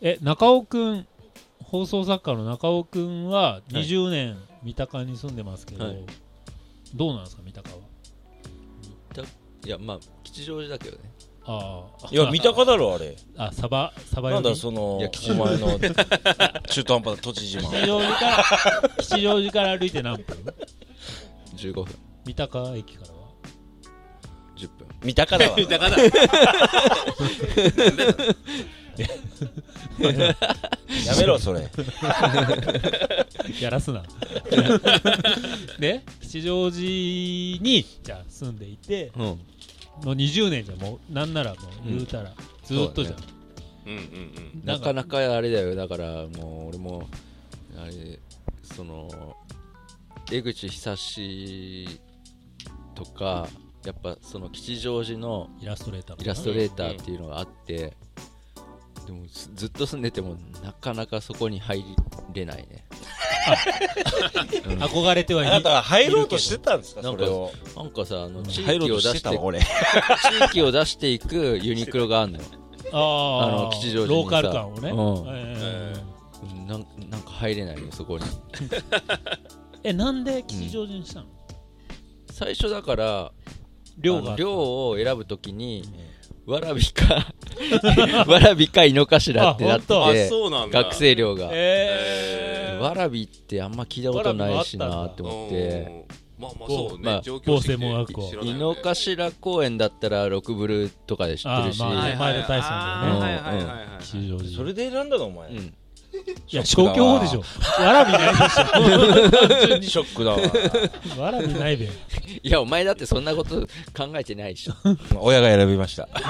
え中尾くん放送作家の中尾くんは20年三鷹に住んでますけど、はいどうなんですか三鷹はうんいやまあ吉祥寺だけどねああいや三鷹だろあれあサバサバなよんりだそのおいや前吉祥の 中途半端な都知事マ ン吉祥寺から吉祥寺から歩いて何分15分三鷹駅からは10分三鷹だわだからやめろそれやらすな で吉祥寺にじゃあ住んでいてうんの20年じゃもうなんならもう言うたら、ずーっとじゃん、うんうんうんなかなかあれだよだからもう俺もあれその江口久志とかやっぱその吉祥寺のイラストレーターイラストレーターっていうのがあって、でもずずっと住んでてもなかなかそこに入れないね憧れてはいあるなたは入ろうとしてたんですかなんそかれをなんかさあの地入ろう域をと出してしたてわ俺地域を出していくユニクロがあるのよああーの吉祥寺にローカさル感をね、うんえーなんなんか入れないよそこにえなんで吉祥寺にしたの、最初だから寮あがの寮を選ぶときにわらびか わらびか井の頭ってなってあ本あてそうなんだ学生寮が、えー、わらびってあんま聞いたことないしなってうん思ってまあまあそうまねあ状況してきて某専門学校知らない井よねの頭公園だったら六ブルとかで知ってるし、あーまあね前田大さんだよねはいはいはいはいはい吉祥寺それで選んだのお前うんいや消去法でしょわらびないでしショックだわ ょわらびないべいやお前だってそんなこと考えてない でしょ親が選びましたこ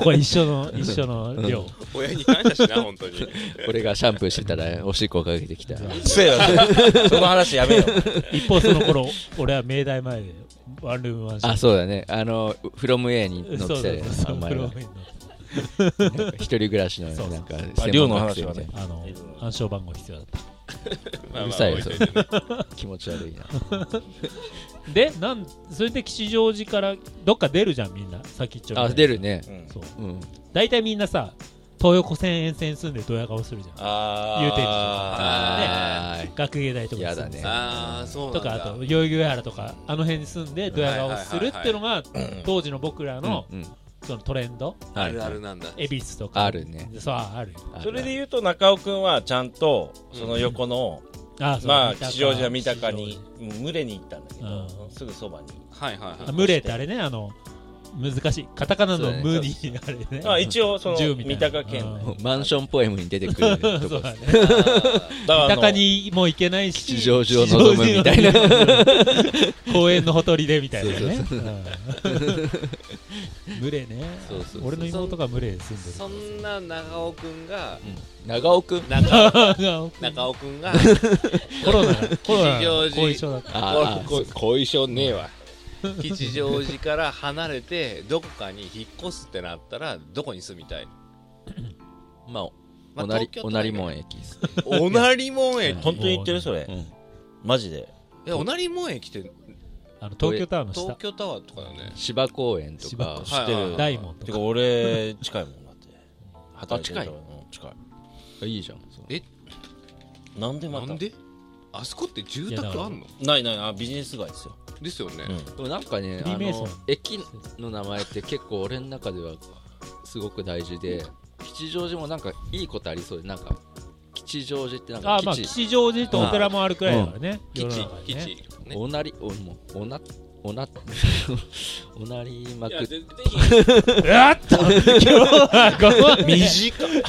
こは一緒の一緒の寮親に感謝しな本当に俺がシャンプーしてたらおしっこかけてきたせえなその話やめろ一方その頃俺は明大前でワンルームワンションあそうだねあの「フロム A」に乗っそてうたそようそうお前プロはフィールのなんか一人暮らしのそうそうなんかあ寮の話は専門学生みねたいあの暗証番号必要だったまあまあうるさいよ置とてねな気持ち悪いなでなんそれで吉祥寺からどっか出るじゃんみんな先っちょみたいなあ出るねうんそううん大体みんなさ東横線沿線住んでドヤ顔するじゃんあ言うてんでしょあー学芸大とかに住んでやだねああそうなとんだかあと代々木上原とかあの辺に住んでドヤ顔するっていうのが当時の僕らのうんうんそのトレンドあるあるなんだ恵比寿とかあるねそうあるよあるそれで言うと中尾君はちゃんとその横の、あそうまあ三鷹吉祥寺は三鷹にうん群れに行ったんだけど、うんすぐそばに、はいはいあは群れってあれねあの難しいカタカナの「無」にあれねまあ、一応その十み三たいな鷹県うんのマンションポエムに出てくるとそこうだねい三だからあ鷹のにも行けないし吉祥寺を望むみたいな吉祥寺の公園のほとりでみたいなねうん群れねそうそうそう俺の妹が群れに住んでるそんな長尾く んうがん長尾くん中尾あ中尾くんが コ ロナコロナ吉祥寺後遺症だったあーあー後遺症ねえわ吉祥寺から離れてどこかに引っ越すってなったらどこに住みたいまあまあおなり東京都おなり門駅ですおなり門駅本当に言ってるそれ、うんマジでえおなり門駅ってあの東京タワーの東下京タワーとかだよね芝公園と芝公園か知ってる、はいはい大門とてかか俺近いもんだって働いてるかあ近いらうん近いいじゃんそういなんでまたなんであそこって住宅あんのないないあビジネス街ですよ、ですよねうんでもなんかねフリあーメイソンの駅の名前って結構俺の中ではすごく大事で吉祥寺もなんかいいことありそうでなんか吉祥寺ってなんかあまあ吉吉祥寺とお寺もあるくらいだからね基世の地中に基ね地ねおなりおもうおなおな おなりまいくやっぜぜうわっと今日はごめん短い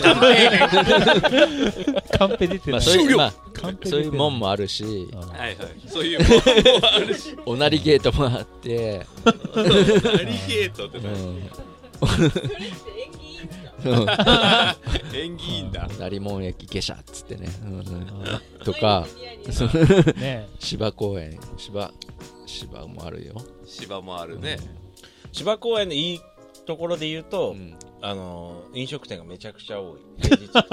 カンペ出てまなあいそういうまあカンペ出てないそういうもんもあるしあひのはいはいそういうものもあるしおなりゲートもあってアリゲートってうなん縁起いいんだおなり門駅下車っつってねうんあとかそうーね芝公園芝芝もあるよ芝もあるね芝公園のいいところで言うと、うんあのー飲食店がめちゃくちゃ多い平日普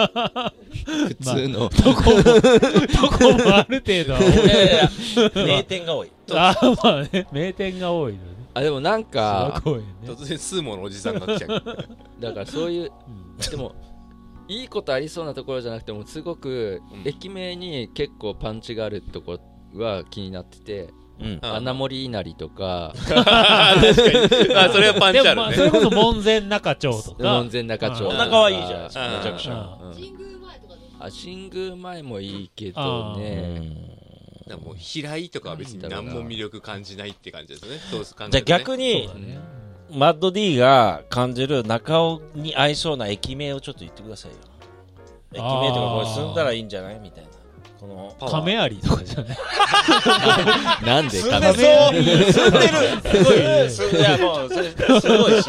通のどこもどこもある程度は多いいやいやいや名店が多いあーまあね名店が多いのねあでもなん芝か公園ね突然スーモのおじさんが来ちゃうだからそういううんでもいいことありそうなところじゃなくてもすごくうん駅名に結構パンチがあるとこは気になっててうんあ穴森稲荷とかあー確かにあそれはパンチあでもまあるねそれこそ門前仲町とか門前仲町うんとかお腹はいいじゃないですかめちゃくちゃうん神宮前とかどうあ神宮前もいいけどねだからもう平井とかは別に何も魅力感じないって感じですねそうす考えるじとゃあね逆にそうだねマッド D が感じる中尾に合いそうな駅名をちょっと言ってくださいよ駅名とかこれ住んだらいいんじゃないみたいなこのうん亀有とかじゃないなんで住んかでなそう住んでるすごい住んでいやもうそれすごいし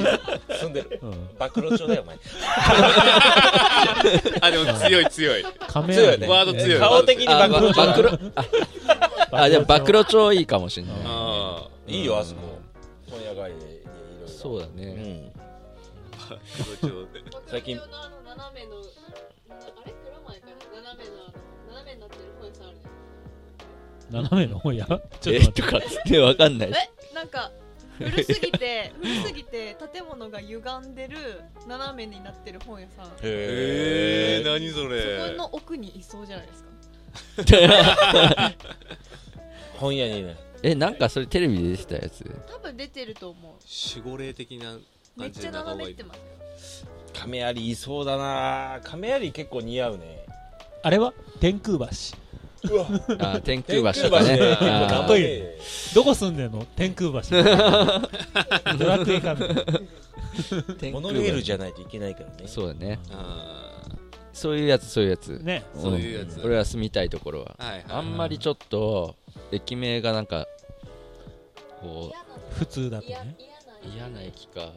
住んでるうん暴露帳だよお前 あでも強い強い亀強い有ねねワード強い顔的にあ暴露暴帳露あでも暴露帳いいかもしんないあいいよあそこ本屋街でいろいろそうだうねんあ最近僕のあの斜めのあれ蔵前かな斜めのあの斜めになってる本屋さんあるじゃ斜めの本屋ちょっえと待っとかっつってわかんない んえなんか古すぎて古すぎて建物が歪んでる斜めになってる本屋さんそえー、何そこれの奥にいそうじゃないですか本屋にねえなんかそれテレビで出てたやつ多分出てると思う守護霊的なめ感っじちでゃ仲間斜がめいってるます亀有いそうだな亀有結構似合うねてあれは天空橋うわあ天天空空橋橋とかねねあーかっこいいよねどこ住んでんの天 空橋ドラクエか天モ空橋ノレールじゃないといけないからねそうだねあそういうやつそういうやつねーそういうやつ、俺は住みたいところははいはいあんまりちょっと駅名がなんかこ普通だと嫌なねう嫌な駅か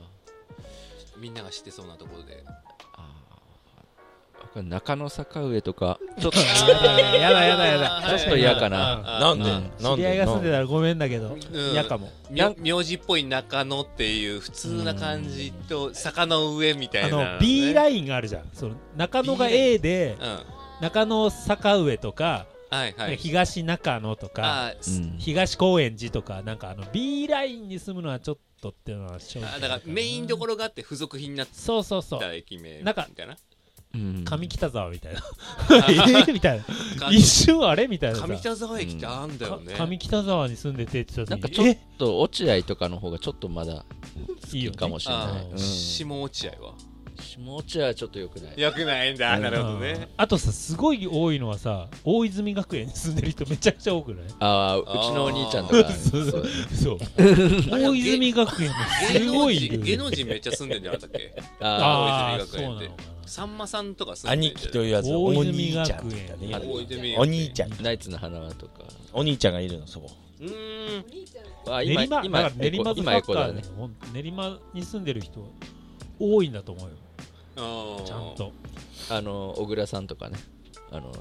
みんなが知ってそうなところであーわかん中野坂上とかちょっとやだやだやあだーちょ っと嫌かなあーなんでうん知り合いが住んでなたらごめんだけどうん嫌かもみょ名字っぽい中野っていう普通な感じと坂の上みたあいな、の B ラインがあるじゃんその中野が A でうんは中野坂上とかいはい東中野とかあーうすん東高円寺とかなんかあの B ラインに住むのはちょっとっていうのは正直あだからメインどころがあって付属品になっそうそうそうた駅名みなんかたいなうん上北沢みたいな えみたいな一瞬あれみたいなさ上北沢駅ってあんだよねか上北沢に住んでてって言ったなんか時ちょにっと落合とかの方がちょっとまだえいいいよいねかもしれない、あーうん、下下落合は落合はちょっとよくないよくないんだうんなるほどねあとさすごい多いのはさ大泉学園に住んでる人めちゃくちゃ多くないああうちのお兄ちゃんとか そうそうそう大泉学園も芸す能ごいい人る芸能人めっちゃ住んでんじゃなかったっけああ大そう泉な学園のっかてなさんまさんとか住んで兄ん貴じゃなといいうやつ大お泉兄ちゃん学と園かね大泉お兄ちゃんナイツの花輪とかお兄ちゃんがいるのそ こうーんお兄ちゃんあ練馬だから練馬今と今エコサッカーだねねほん練馬に住んでる人多いんだと思うよあーちゃんと あの小倉さんとかねあの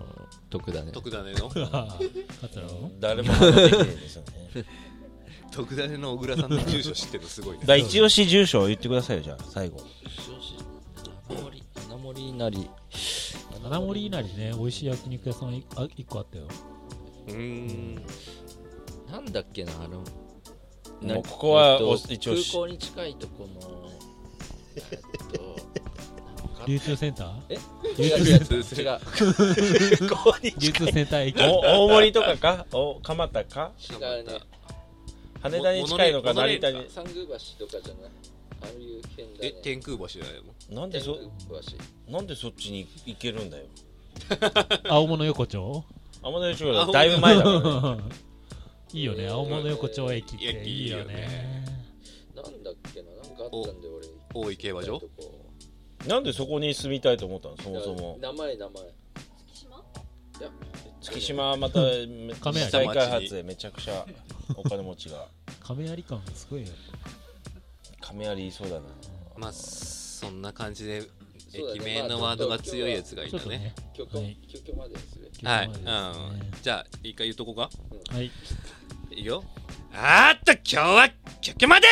徳田ね徳田 根の桂の誰も反応できないですよね徳田根の小倉さんの住所知ってるのすごいねだから一押し住所を言ってくださいよじゃあ最後花森なり七森稲荷ね美味しい焼肉屋さんいあ一個あったようーんなんだっけなあのもうここはえっとお一応空し港に近いとこのえっと流通センター違う違う違う流通センター駅お大森とかかお蒲田か違うね羽田に近いのかモノレ成ールか田に三宮橋とかじゃないああいう県だえね天空橋じゃないのなんで天そ宮橋なんでそっちに行けるんだよ青物横丁天の吉五郎だいぶ前だからね いいよね青物横丁駅って駅いいよいいよねなんだっけななんかあったんで俺大井競馬場なんでそこに住みたいと思ったのそそもそも名前名前月島月島はまため亀有再開発でめちゃくちゃお金持ちが亀有感がすごいよ亀有いそうだなまあそんな感じでそうだね駅名のワードが強いやつがいちょったとねね虚は虚い虚虚までするはい、今まうでですねん、じゃあ一回言うとこかはいいいよあーっと今日は曲まで